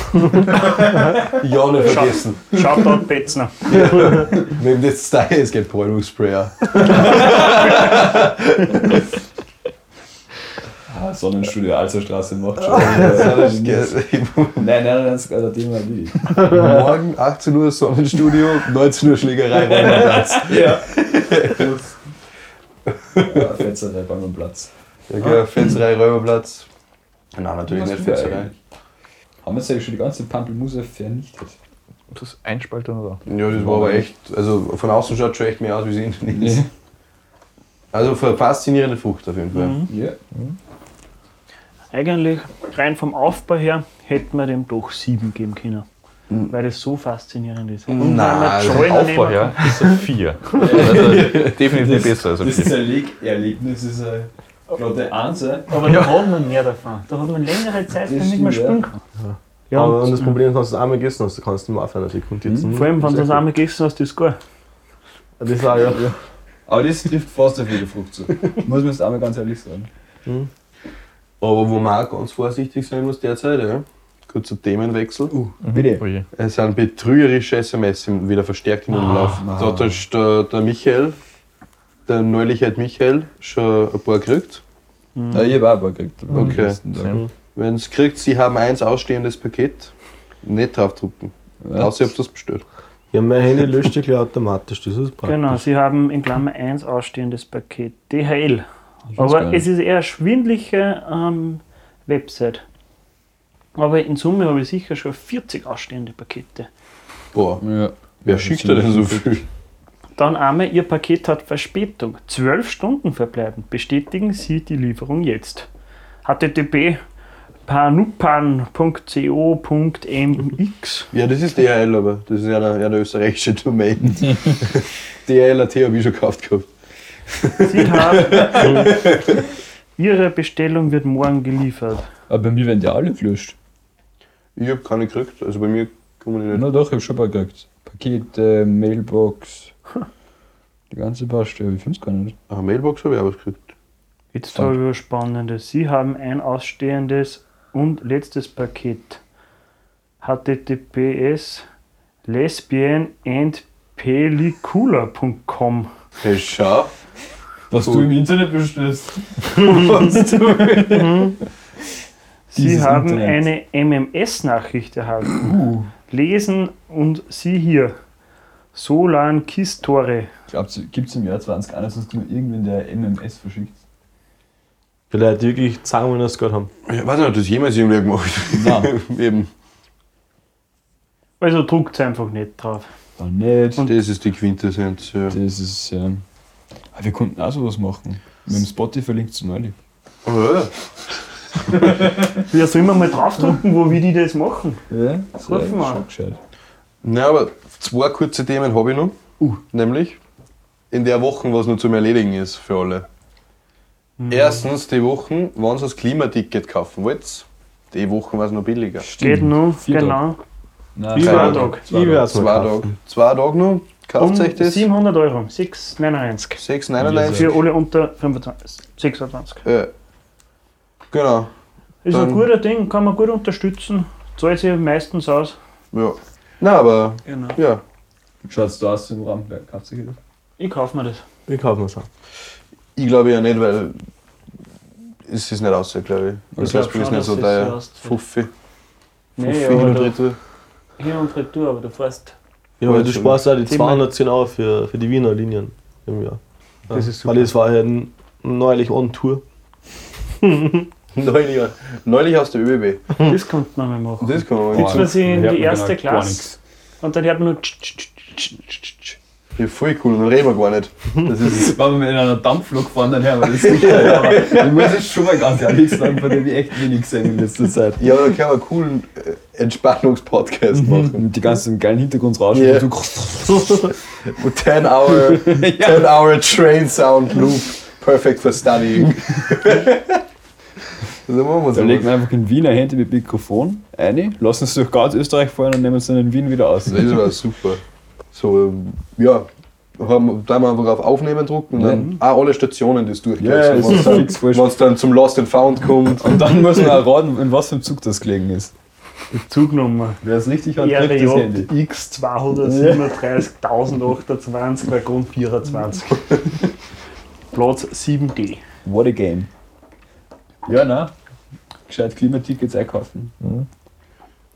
Speaker 5: ja, nicht vergessen.
Speaker 3: Shoutout Betzner.
Speaker 2: nehmt jetzt da, es geht Bräunungssprayer.
Speaker 4: Ah, Sonnenstudio Alzerstraße macht schon. Nein, nein, nein, das ist also Thema wie.
Speaker 2: Morgen 18 Uhr Sonnenstudio, 19 Uhr Schlägerei. Rheinland-Platz.
Speaker 4: Ja. ja Fetzerei bei meinem Platz.
Speaker 2: Ja, gell, Fetzerei, Räuberplatz. Nein, natürlich
Speaker 4: Was
Speaker 2: nicht
Speaker 4: tun wir
Speaker 2: Fetzerei.
Speaker 4: eigentlich? Haben wir jetzt eigentlich schon die ganze Pampelmuse vernichtet?
Speaker 6: Und das Einspaltern oder?
Speaker 2: Ja, das war aber echt, also von außen schaut schon echt mehr aus, wie sie innen ist. Also für eine faszinierende Frucht auf jeden Fall.
Speaker 4: Ja.
Speaker 3: Eigentlich rein vom Aufbau her hätten wir dem doch sieben geben können. Weil das so faszinierend ist. Und
Speaker 2: Nein,
Speaker 3: weil wir
Speaker 2: also
Speaker 3: Joy noch
Speaker 6: Aufbau
Speaker 3: nehmen
Speaker 6: her ist ein 4. Also definitiv besser als ein
Speaker 4: Das
Speaker 6: 4.
Speaker 4: ist ein Leg Erlebnis, ist ein flotte Anse.
Speaker 3: Aber da hat man mehr davon. Da hat man längere Zeit,
Speaker 4: Das
Speaker 3: damit man
Speaker 4: stimmt, ja.
Speaker 3: spielen kann. Ja,
Speaker 1: Aber
Speaker 3: und mhm.
Speaker 1: das Problem ist, wenn du es einmal gegessen hast, du kannst nicht mehr aufhören. Also ich konnte jetzt
Speaker 3: vor allem, wenn du das
Speaker 1: einmal.
Speaker 3: einmal gegessen hast, ist geil.
Speaker 1: Das war ja.
Speaker 4: Aber das trifft fast auf jede Frucht zu. Muss man jetzt einmal ganz ehrlich sagen.
Speaker 2: Aber wo man auch ganz vorsichtig sein muss derzeit, ja. Kurzer Themenwechsel.
Speaker 4: Bitte.
Speaker 6: Oje.
Speaker 2: Es sind betrügerische SMS im- wieder verstärkt im Umlauf. Da hat uns der, der Michael, der neulich hat Michael, schon ein paar gekriegt.
Speaker 4: Ja, ich habe auch ein paar gekriegt. am
Speaker 2: Okay.
Speaker 4: letzten Tag.
Speaker 2: Wenn es kriegt, sie haben eins ausstehendes Paket, nicht draufdrucken.
Speaker 4: Ja.
Speaker 2: Außer ihr habt das bestellt.
Speaker 1: ja, mein Handy löscht ja gleich automatisch, das ist praktisch.
Speaker 3: Genau, sie haben in Klammer 1 ausstehendes Paket. DHL.
Speaker 4: Ich find's
Speaker 3: Aber
Speaker 4: geil.
Speaker 3: es ist eher eine schwindliche ähm, Website. Aber in Summe habe ich sicher schon 40 ausstehende Pakete.
Speaker 2: Boah,
Speaker 4: Ja.
Speaker 2: wer
Speaker 4: Ja,
Speaker 2: schickt da
Speaker 4: das
Speaker 2: denn
Speaker 4: ist
Speaker 2: so viel?
Speaker 3: Dann einmal, Ihr Paket hat Verspätung. 12 Stunden verbleiben. Bestätigen Sie die Lieferung jetzt. http panupan.co.mx
Speaker 2: Ja, das ist DHL, aber das ist ja eine, eine österreichische Domain. DHL.at habe ich schon gekauft gehabt.
Speaker 3: Sie haben Ihre Bestellung wird morgen geliefert.
Speaker 4: Aber bei mir werden die alle gelöscht.
Speaker 2: Ich habe keine gekriegt, also bei mir kommen die nicht.
Speaker 4: Na doch, ich habe schon ein paar gekriegt. Pakete, Mailbox. Die ganze Paste, aber ich finde es gar nicht.
Speaker 2: Eine Mailbox habe ich auch was gekriegt.
Speaker 3: Jetzt habe ich was Spannendes. Sie haben ein ausstehendes und letztes Paket. https lesbianandpelicula.com
Speaker 2: Hey, schau.
Speaker 4: Was du im Internet bestellst.
Speaker 3: Sie
Speaker 4: Dieses
Speaker 3: haben
Speaker 4: Internet.
Speaker 3: eine MMS-Nachricht erhalten. Lesen und Sie hier. Solan Kistore.
Speaker 4: Glaubst du, gibt es im Jahr 2021 nur irgendwen, der MMS verschickt?
Speaker 1: Vielleicht wirklich zeigen, wenn wir das gehört haben.
Speaker 2: Ich weiß nicht, ob das jemals irgendwer gemacht hat.
Speaker 4: Nein.
Speaker 2: Eben,
Speaker 3: Also druckt einfach nicht drauf.
Speaker 4: Dann nicht.
Speaker 2: das ist die Quintessenz. Ja.
Speaker 4: Das ist ja. Aber wir konnten auch sowas machen. Mit dem Spotify-Link zu neulich.
Speaker 2: Ja.
Speaker 3: Ja, sollen wir mal draufdrucken, wo wie die das machen?
Speaker 4: Ja, das
Speaker 3: Rufen wir an.
Speaker 4: schon gescheit.
Speaker 2: Na, aber zwei kurze Themen habe ich noch. Nämlich in der Woche, was noch zum Erledigen ist für alle. Mhm. Erstens die Wochen, wenn ihr das Klimaticket kaufen wollt, die Wochen war es noch billiger.
Speaker 3: Geht noch,
Speaker 4: Vier
Speaker 3: genau.
Speaker 4: Nein,
Speaker 1: Ich
Speaker 4: zwei
Speaker 2: wär-
Speaker 4: Tage.
Speaker 1: Ich
Speaker 4: Zwei
Speaker 1: werde
Speaker 4: Tage.
Speaker 1: es
Speaker 2: Zwei
Speaker 1: mal kaufen.
Speaker 2: Tage. Zwei Tage noch,
Speaker 3: Um
Speaker 2: kauft euch das.
Speaker 3: 700 Euro. 6,99.
Speaker 2: 6,99.
Speaker 3: Für alle unter 25, 26.
Speaker 2: Ja. Genau.
Speaker 3: Ist ein
Speaker 2: Dann-
Speaker 3: guter Ding, kann man gut unterstützen. Zahlt sich meistens aus.
Speaker 2: Ja. Na, aber
Speaker 3: Genau.
Speaker 2: ja.
Speaker 4: Schaut's da aus dem Rahmen. Kaufst du das?
Speaker 3: Ich kaufe mir das.
Speaker 1: Wir kaufen es auch.
Speaker 2: Ich glaube ja nicht, weil es ist nicht aussehen, glaube ich. Das
Speaker 3: glaub
Speaker 2: Beispiel ist
Speaker 3: schon,
Speaker 2: nicht so
Speaker 3: dass es so
Speaker 2: teuer.
Speaker 3: aussieht.
Speaker 2: Fuffi.
Speaker 3: Nee,
Speaker 2: Fuffi hin
Speaker 3: aber
Speaker 2: und
Speaker 3: du,
Speaker 2: retour.
Speaker 3: hin und retour, aber du fährst.
Speaker 1: Ja, weil du
Speaker 2: Schön.
Speaker 1: sparst ja die
Speaker 3: Thema.
Speaker 1: 210 Euro für, für die Wiener Linien im Jahr. Ja.
Speaker 5: Das ist super.
Speaker 1: Weil das war ja n- neulich on Tour.
Speaker 2: Neulich, neulich aus der ÖBB.
Speaker 3: Das könnte man mal machen.
Speaker 2: Das kann man
Speaker 3: Jetzt
Speaker 2: machen.
Speaker 3: war sie in
Speaker 6: hört
Speaker 3: die
Speaker 6: man
Speaker 3: erste
Speaker 6: genau gar
Speaker 3: Klasse und dann hört man nur. tsch, tsch, tsch, tsch, tsch, tsch, tsch.
Speaker 2: Ja, voll cool, dann reden wir gar nicht. Das ist,
Speaker 4: Wenn wir in einer Dampflok fahren, dann hören wir das sicher. aber ich muss jetzt schon mal ganz ehrlich sagen, von dem ich echt wenig gesehen in letzter Zeit.
Speaker 2: ja, da können wir einen coolen äh, Entspannungspodcast
Speaker 3: Mhm.
Speaker 2: machen.
Speaker 4: Und die ganzen geilen Hintergrundrauschen.
Speaker 2: Ja.
Speaker 4: wo du-
Speaker 2: 10 hour, 10 hour Train Sound Loop, perfect for studying. so machen wir
Speaker 4: Da legen
Speaker 2: so.
Speaker 4: wir einfach in Wien ein Handy mit Mikrofon ein, lassen es durch ganz Österreich fahren und nehmen es dann in Wien wieder aus.
Speaker 2: Das war super. So, ähm, ja, haben, da haben wir einfach auf Aufnehmen drucken und dann auch alle Stationen das durchgehen.
Speaker 4: Mhm. Ja,
Speaker 2: so,
Speaker 4: das ist fix
Speaker 2: wenn
Speaker 4: wurscht.
Speaker 2: es dann zum Lost and Found kommt.
Speaker 4: Und dann muss man erraten, in was für einem Zug das gelegen ist.
Speaker 3: Zugnummer.
Speaker 4: Wer es richtig hat, kriegt das Handy.
Speaker 3: RJ X 237.028 bei Grund 24. Platz 7D.
Speaker 4: What a game. Ja, na. Gescheit Klimatickets einkaufen.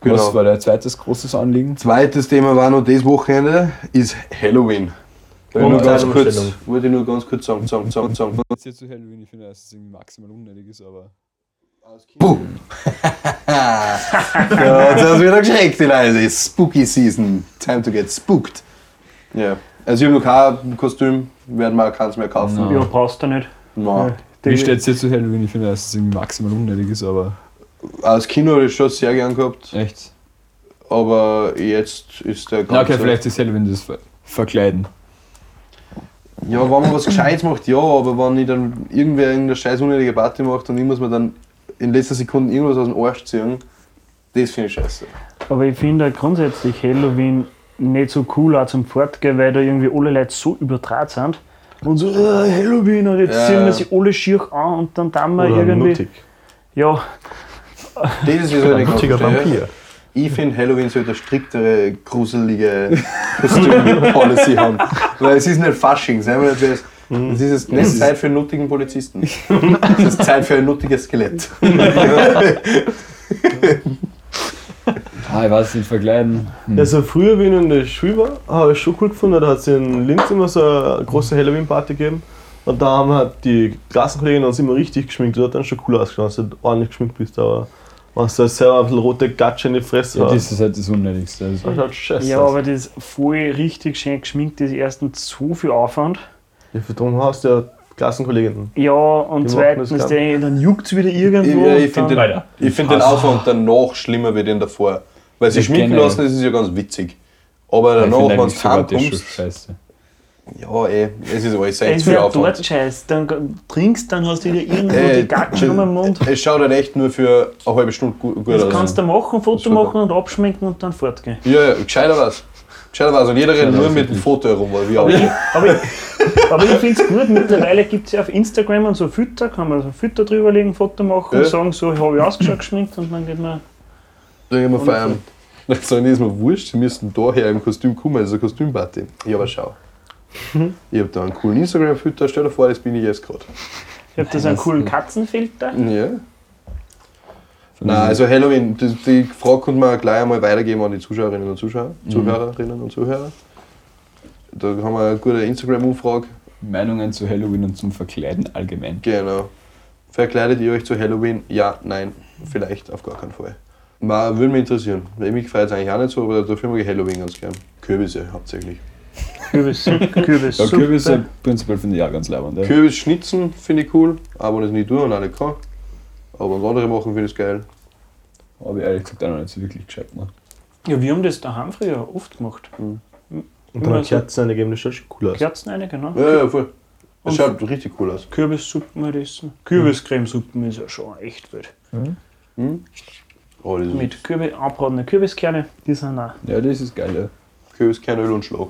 Speaker 2: Genau.
Speaker 4: Das war der zweites großes Anliegen.
Speaker 2: Zweites Thema war noch das Wochenende, ist Halloween. Wollte ich nur ganz kurz, wollte ich nur ganz kurz sagen, sagen, sagen, sagen.
Speaker 4: Jetzt hier zu Halloween, ich finde, dass es irgendwie maximal unnötig ist, aber.
Speaker 2: Boom! ja, jetzt hast du wieder geschreckt, die Leute. Spooky Season. Time to get spooked. Ja. Also ich habe noch kein Kostüm, werden wir auch keins mehr kaufen.
Speaker 3: Ja, brauchst du nicht.
Speaker 2: Nein.
Speaker 4: Wie steht es hier zu Halloween? Ich finde, dass es irgendwie maximal unnötig ist, aber.
Speaker 2: Als Kino habe ich schon sehr gern gehabt,
Speaker 4: Echt?
Speaker 2: aber jetzt ist der
Speaker 4: Na, okay, vielleicht ist Halloween das Ver Verkleiden.
Speaker 2: Ja, wenn man was Gescheites macht, ja, aber wenn ich dann irgendwer irgendeine scheiß unnötige Party macht und ich muss mir dann in letzter Sekunde irgendwas aus dem Arsch ziehen, das finde ich scheiße.
Speaker 3: Aber ich finde grundsätzlich Halloween nicht so cool auch zum Fortgehen, weil da irgendwie alle Leute so übertraut sind. Und so, äh, Halloween, und jetzt
Speaker 2: Ja,
Speaker 3: ziehen
Speaker 2: ja.
Speaker 3: wir sie alle schier an und dann tun wir
Speaker 1: Oder
Speaker 3: irgendwie.
Speaker 1: nuttig.
Speaker 3: Ja,
Speaker 2: Das ist wieso ich
Speaker 1: Ein
Speaker 2: nicht
Speaker 1: nuttiger
Speaker 2: verstehe.
Speaker 1: Vampir.
Speaker 2: Ich finde, Halloween sollte eine striktere, gruselige Kostüm-Policy haben. Weil es ist nicht Fasching, seien wir nicht böse. Es ist jetzt nicht Zeit für einen nuttigen Polizisten. Es ist Zeit für ein nuttiges Skelett.
Speaker 4: Ah, ich weiß nicht, verkleiden.
Speaker 1: Also früher, wie ich in der Schule war, habe ich schon cool gefunden, da hat es in Linz immer so eine große Halloween-Party gegeben. Und da haben halt die Klassenkolleginnen uns immer richtig geschminkt. Das hat dann schon cool ausgeschaut, dass du ordentlich geschminkt bist. Aber wenn du halt selber ein bisschen rote Gatsche in die Fresse
Speaker 4: Ja,
Speaker 1: hast,
Speaker 4: das ist halt das Unnötigste. Also.
Speaker 1: dann schaut scheiße
Speaker 3: ja
Speaker 1: aus.
Speaker 3: aber das voll richtig schön geschminkt ist erstens so viel Aufwand.
Speaker 1: Ja, für darum hast du ja Klassenkolleginnen.
Speaker 3: Ja, und eh-
Speaker 1: Die machen
Speaker 3: zweitens,
Speaker 1: das
Speaker 3: der, dann juckt es wieder irgendwo.
Speaker 2: Ich, ich
Speaker 3: und
Speaker 2: finde
Speaker 3: dann-
Speaker 2: den, ich find den Aufwand danach schlimmer wie den davor. Weil sie
Speaker 4: Ich
Speaker 2: schminken
Speaker 4: kenne-
Speaker 2: lassen, das ist ja ganz witzig. Aber
Speaker 4: Ich
Speaker 2: danach,
Speaker 4: finde
Speaker 2: wenn
Speaker 4: eigentlich
Speaker 2: es
Speaker 4: sogar das schon
Speaker 2: heimkommst,
Speaker 4: scheiße.
Speaker 2: ja ey, es ist alles echt
Speaker 3: es
Speaker 2: viel
Speaker 3: wird
Speaker 2: Aufwand.
Speaker 3: dort scheiß, dann g- trinkst, dann hast du wieder irgendwo
Speaker 2: Äh,
Speaker 3: die Gatsche um den Mund.
Speaker 2: Es schaut halt echt nur für eine halbe Stunde gu- gut
Speaker 3: Das
Speaker 2: aus.
Speaker 3: kannst du machen, Foto
Speaker 2: schon
Speaker 3: machen und abschminken und dann fortgehen.
Speaker 2: Ja, ja, gescheiter was. Gescheiter was. Und jeder rennt nur mit dem Foto herum, weil wir auch.
Speaker 3: Aber ich, aber ich finde es gut, mittlerweile gibt es ja auf Instagram und so Fütter, kann man so Fütter drüberlegen, Foto machen,
Speaker 2: Ja.
Speaker 3: sagen, so habe ich ausgeschaut geschminkt und dann geht man.
Speaker 2: Da gehen wir feiern. Dann sagen die, ist mir wurscht, sie müssen daher im Kostüm kommen, also Kostümparty. Ja, aber schau. Ich hab da einen coolen Instagram-Filter, stell dir vor, das bin ich jetzt gerade.
Speaker 3: Ich habe da so einen coolen Katzenfilter.
Speaker 2: Ja. Nein, also Halloween, die, die Frage könnte man gleich einmal weitergeben an die Zuschauerinnen und Zuschauer, Zuhörerinnen und Zuhörer. Da haben wir eine gute Instagram-Umfrage.
Speaker 4: Meinungen zu Halloween und zum Verkleiden allgemein.
Speaker 2: Genau. Verkleidet ihr euch zu Halloween? Ja, nein, vielleicht, auf gar keinen Fall. Ma, würde mich interessieren. Weil Mich freut es eigentlich auch nicht so, aber dafür mag ich Halloween ganz gern. Kürbisse hauptsächlich.
Speaker 3: Kürbis, Kürbis.
Speaker 4: Ja, Kürbisse prinzipiell finde ich auch ganz leibend. Ja.
Speaker 2: Kürbis schnitzen finde ich cool, aber wenn ich es nicht tue und auch nicht kann. Aber wenn es andere machen, finde ich es geil.
Speaker 4: Habe ich ehrlich gesagt auch noch nicht so wirklich gescheit gemacht.
Speaker 3: Ja, wir haben das daheim früher oft gemacht.
Speaker 2: Mhm.
Speaker 1: Und dann
Speaker 3: Immer
Speaker 1: eine
Speaker 3: so
Speaker 1: Kerze reingeben, das schaut schon cool aus.
Speaker 3: Kerzen rein, genau.
Speaker 2: Ja, ja, voll.
Speaker 3: Und-
Speaker 2: Das schaut richtig cool aus.
Speaker 3: Kürbissuppen halt essen.
Speaker 2: Mhm.
Speaker 3: Kürbiscremesuppen ist ja schon echt wild.
Speaker 2: Oh, dieses
Speaker 3: Mit Kürbis, anbratene Kürbiskerne, die sind auch.
Speaker 4: Ja, das ist geil, ja.
Speaker 2: Kürbis, Kernöl und Schlag.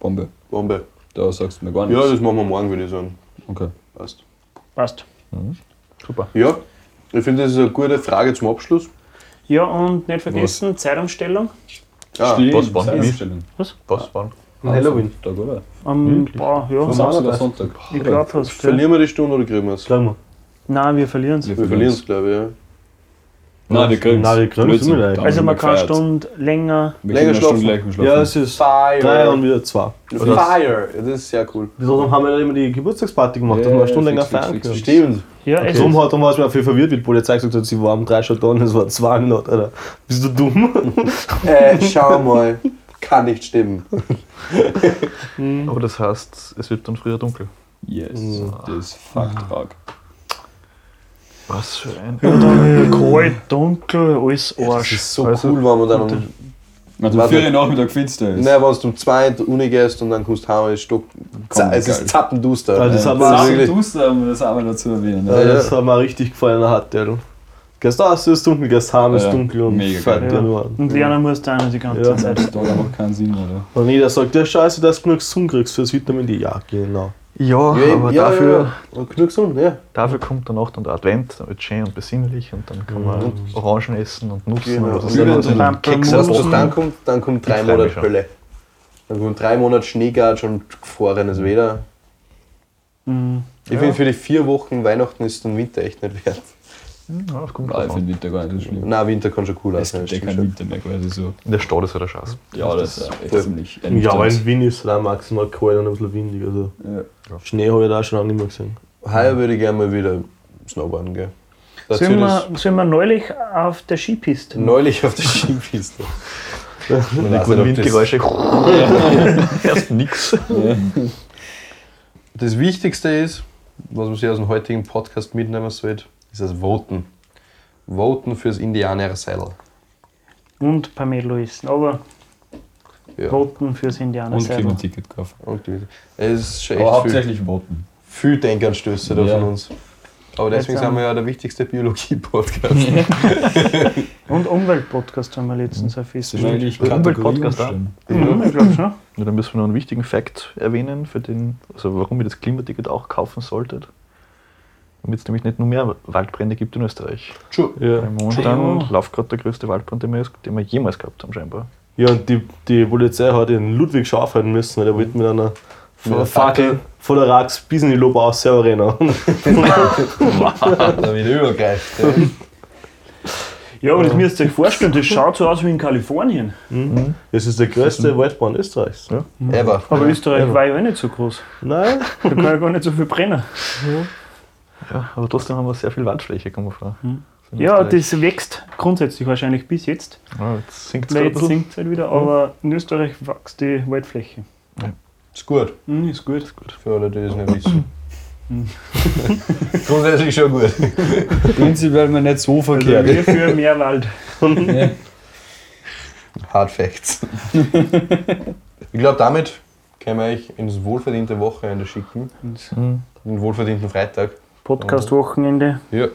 Speaker 4: Bombe.
Speaker 2: Bombe.
Speaker 4: Da sagst du mir gar
Speaker 2: Ja,
Speaker 4: nichts.
Speaker 2: das machen wir morgen, würde ich sagen.
Speaker 4: Okay.
Speaker 2: Passt.
Speaker 3: Passt.
Speaker 2: Ja, ich finde, das ist eine gute Frage zum Abschluss.
Speaker 3: Ja, und nicht vergessen, Zeitumstellung
Speaker 2: Ah,
Speaker 6: was war denn?
Speaker 4: Ausstellung.
Speaker 6: Was war?
Speaker 1: Halloween.
Speaker 4: Tag, oder?
Speaker 3: am Bau. Ja,
Speaker 1: Was
Speaker 4: Samstag
Speaker 1: Samstag
Speaker 4: oder
Speaker 1: oder
Speaker 4: Sonntag?
Speaker 3: ich glaube fast. Ja.
Speaker 2: verlieren Mhm. wir die Stunde oder kriegen wir es? Wir
Speaker 1: Sagen wir.
Speaker 3: Nein, wir verlieren es.
Speaker 2: verlieren es, glaube ich. Ja.
Speaker 4: Nein, wir kriegen
Speaker 1: Nein, wir kriegen's immer nicht.
Speaker 3: Also man kann eine Stunde länger.
Speaker 4: Wir können eine
Speaker 2: Länger
Speaker 4: Stunde gleich schlafen.
Speaker 1: Ja, es ist drei und wieder zwei.
Speaker 2: Fire! Das ist sehr cool.
Speaker 1: Wieso haben wir dann immer die Geburtstagsparty gemacht, dass
Speaker 4: Ja,
Speaker 1: wir eine Stunde
Speaker 4: fix,
Speaker 1: länger
Speaker 4: fix,
Speaker 1: feiern
Speaker 4: fix,
Speaker 1: können?
Speaker 4: fix.
Speaker 2: Stimmt.
Speaker 3: Ja, es
Speaker 1: Drum
Speaker 3: ist,
Speaker 1: hat damals mal viel verwirrt, wie die Polizei gesagt hat, sie waren drei Stunden da und es war zwei Not, Alter. Bist du dumm?
Speaker 2: Äh, schau mal. Kann nicht stimmen.
Speaker 6: Aber das heißt, es wird dann früher dunkel.
Speaker 4: Yes, Mhm. das ist Fuck-Tag.
Speaker 6: Was für ein.
Speaker 3: ja, dann kalt, dunkel, alles
Speaker 2: Das
Speaker 3: Arsch.
Speaker 2: ist so
Speaker 6: Also-
Speaker 2: cool, wenn man dann um,
Speaker 4: Also am
Speaker 2: Warte.
Speaker 4: vierten Nachmittag finster ist.
Speaker 2: nein, wenn du um zwei in die Uni gehst und dann kommst du heim, ist stock,
Speaker 4: Komm,
Speaker 2: es
Speaker 4: geil.
Speaker 2: ist zappenduster.
Speaker 1: Also
Speaker 4: Das
Speaker 1: das hat
Speaker 4: haben
Speaker 1: mir
Speaker 2: Das ist
Speaker 4: wir
Speaker 2: wirklich-
Speaker 4: das haben wir das einmal dazu erwähnen.
Speaker 1: Ja,
Speaker 4: ne?
Speaker 1: das hat mir richtig gefallen, der hat der. Gehst aus, ist dunkel, gehst heim, ist
Speaker 4: Ja,
Speaker 1: dunkel und
Speaker 4: mega
Speaker 1: fährt
Speaker 3: geil.
Speaker 1: dir
Speaker 3: Ja.
Speaker 1: nur an.
Speaker 3: Und lernen muss da einer die ganze
Speaker 1: Ja.
Speaker 3: Zeit.
Speaker 4: Das Tag macht keinen Sinn, oder?
Speaker 1: Und jeder sagt, ja scheiße, dass du genug Sonne kriegst fürs Vitamin D. Ja, genau.
Speaker 6: Ja,
Speaker 2: Ja,
Speaker 6: aber
Speaker 2: ja,
Speaker 6: dafür,
Speaker 2: ja, ja. Und genug gesund, ja.
Speaker 6: dafür kommt dann auch dann der Advent, dann wird schön und besinnlich und dann kann man Orangen essen und Nutzen
Speaker 2: Genau.
Speaker 6: Mhm. oder so.
Speaker 2: Glühwein
Speaker 6: Also
Speaker 2: und
Speaker 6: dann Kekse
Speaker 2: Weißt du,
Speaker 6: ausbacken.
Speaker 2: was dann kommt? Dann kommt drei
Speaker 6: Ich freu mich
Speaker 2: Monate
Speaker 6: schon.
Speaker 2: Hölle. Dann kommt drei Monate Schneegatsch und gefrorenes Wetter.
Speaker 3: Mhm.
Speaker 2: Ich finde, für die vier Wochen Weihnachten ist dann Winter echt nicht wert.
Speaker 6: Ja, das kommt
Speaker 4: Nein,
Speaker 6: drauf
Speaker 4: ich finde
Speaker 6: an.
Speaker 4: Winter gar nicht so schlimm.
Speaker 2: Nein, Winter kann schon cool
Speaker 4: Es
Speaker 2: aussehen.
Speaker 4: gibt
Speaker 2: das
Speaker 4: ja
Speaker 2: stimmt
Speaker 4: keinen
Speaker 2: schon.
Speaker 4: Winter mehr quasi so.
Speaker 6: In der Stadt ist halt ja der Scheiß.
Speaker 4: Ja, das ist echt
Speaker 2: voll.
Speaker 4: ziemlich
Speaker 1: Ja, aber
Speaker 4: ernüchternd.
Speaker 1: in Wien ist es auch maximal kalt und ein bisschen windig. Also
Speaker 4: Ja.
Speaker 1: Schnee habe ich da auch schon lange nicht mehr gesehen.
Speaker 2: Heuer würde ich gerne mal wieder snowboarden gehen. Dazu
Speaker 3: Sind
Speaker 2: das
Speaker 3: wir, sind wir neulich auf der Skipiste?
Speaker 4: Genau.
Speaker 2: neulich auf der Skipiste. Man weiß
Speaker 6: Die
Speaker 2: nicht,
Speaker 6: guten
Speaker 2: ob das,
Speaker 6: Windgeräusche. Erst nix.
Speaker 2: das Wichtigste ist, was man sich aus dem heutigen Podcast mitnehmen sollte, ist das Voten. Voten fürs Indianerseil.
Speaker 3: Und Pamela ist. Aber
Speaker 2: Ja.
Speaker 3: Roten fürs Indianer
Speaker 4: Und kriegen
Speaker 3: selber.
Speaker 4: ein Ticket kaufen.
Speaker 2: Okay. Es ist schon
Speaker 4: Aber
Speaker 2: echt viel,
Speaker 4: hauptsächlich voten.
Speaker 2: viel Denkanstöße da
Speaker 4: Ja.
Speaker 2: von uns. Aber deswegen
Speaker 3: Jetzt haben
Speaker 2: sind wir ja der wichtigste Biologie-Podcast.
Speaker 3: Und Umweltpodcast haben wir letztens auf
Speaker 4: Das ist
Speaker 3: Facebook.
Speaker 4: eigentlich
Speaker 6: Der
Speaker 4: Kategorie
Speaker 6: Umweltpodcast da.
Speaker 4: umstellen.
Speaker 3: Mhm, ich glaube schon.
Speaker 6: Ja, dann müssen wir noch einen wichtigen Fact erwähnen, für den, also warum ihr das Klimaticket auch kaufen solltet. Damit es nämlich nicht nur mehr Waldbrände gibt in Österreich. Weil
Speaker 1: Ja,
Speaker 6: Momentan
Speaker 3: Ja.
Speaker 6: läuft gerade der größte Waldbrand, den wir, den wir jemals gehabt haben, scheinbar.
Speaker 1: ja und die, die Polizei hat den Ludwig scharf halten müssen, weil der wollte mit einer
Speaker 2: Mit einer
Speaker 1: Fackel vor der Rax bis in die Lobe aus selber rennen.
Speaker 2: Damit übergreift. Ja.
Speaker 3: Ja, aber das müsst ihr euch vorstellen, das schaut so aus wie in Kalifornien.
Speaker 1: Das ist der größte Waldbrand Österreichs.
Speaker 2: Ever.
Speaker 3: Aber Österreich war ja auch nicht so groß.
Speaker 1: Nein,
Speaker 3: Da kann ja gar nicht so viel brennen.
Speaker 6: Ja, Hm. aber trotzdem haben wir sehr viel Waldfläche, kommen wir vor. In
Speaker 3: Ja,
Speaker 6: Österreich.
Speaker 3: das wächst grundsätzlich wahrscheinlich bis jetzt.
Speaker 6: Ja, jetzt sinkt es
Speaker 3: Weil
Speaker 6: gerade ein
Speaker 3: jetzt
Speaker 6: bisschen.
Speaker 3: sinkt es halt wieder, aber in Österreich wächst die Waldfläche.
Speaker 2: Ist gut.
Speaker 3: Mhm, ist gut. Hm. Ist gut.
Speaker 2: Für alle, die es nicht wissen. Grundsätzlich schon gut.
Speaker 4: Prinzipiell mal nicht so
Speaker 3: Also
Speaker 4: verkehrt.
Speaker 3: wir für mehr Wald.
Speaker 4: Ja.
Speaker 2: Hard Facts. ich glaube, damit können wir euch ins wohlverdiente Wochenende schicken.
Speaker 6: Mhm.
Speaker 2: Den wohlverdienten Freitag.
Speaker 3: Podcast-Wochenende.
Speaker 2: Ja.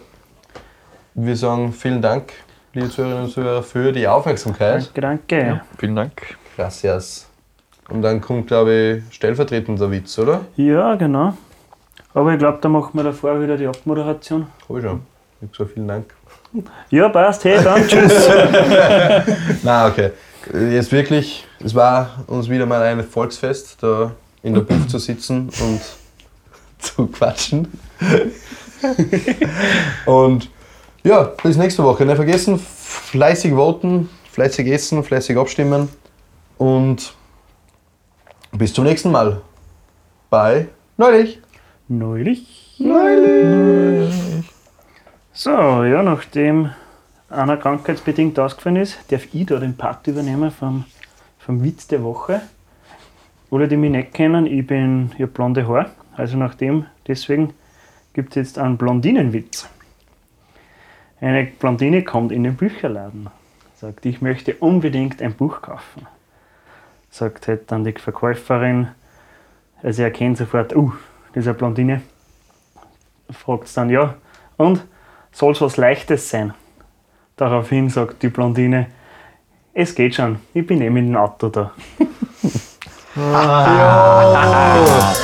Speaker 2: Wir sagen vielen Dank, liebe Zuhörerinnen und Zuhörer, für die Aufmerksamkeit.
Speaker 3: Danke, danke.
Speaker 6: Vielen Dank.
Speaker 2: Gracias. Und dann kommt, glaube ich, stellvertretend der Witz, oder?
Speaker 3: Ja, genau. Aber ich glaube, da machen wir davor wieder die Abmoderation.
Speaker 2: Hab ich schon. Ich hab gesagt, vielen Dank.
Speaker 3: Ja, passt. Hey, dann tschüss.
Speaker 2: Na okay. Jetzt wirklich, es war uns wieder mal ein Volksfest, da in der Buff zu sitzen und zu quatschen. und Ja, bis nächste Woche. Nicht vergessen, fleißig voten, fleißig essen, fleißig abstimmen. Und bis zum nächsten Mal. Bei Neulich.
Speaker 3: Neulich. So, ja, nachdem einer krankheitsbedingt ausgefallen ist, darf ich da den Part übernehmen vom, vom Witz der Woche. Alle, die mich nicht kennen, ich bin ja blonde Haar. Also nachdem, deswegen gibt es jetzt einen Blondinenwitz. Eine Blondine kommt in den Bücherladen, sagt, ich möchte unbedingt ein Buch kaufen. Sagt halt dann die Verkäuferin, also er kennt sofort, uh, das ist eine Blondine. Fragt es dann, ja, und soll es was Leichtes sein? Daraufhin sagt die Blondine, es geht schon, ich bin eh mit dem Auto da.
Speaker 2: Ja.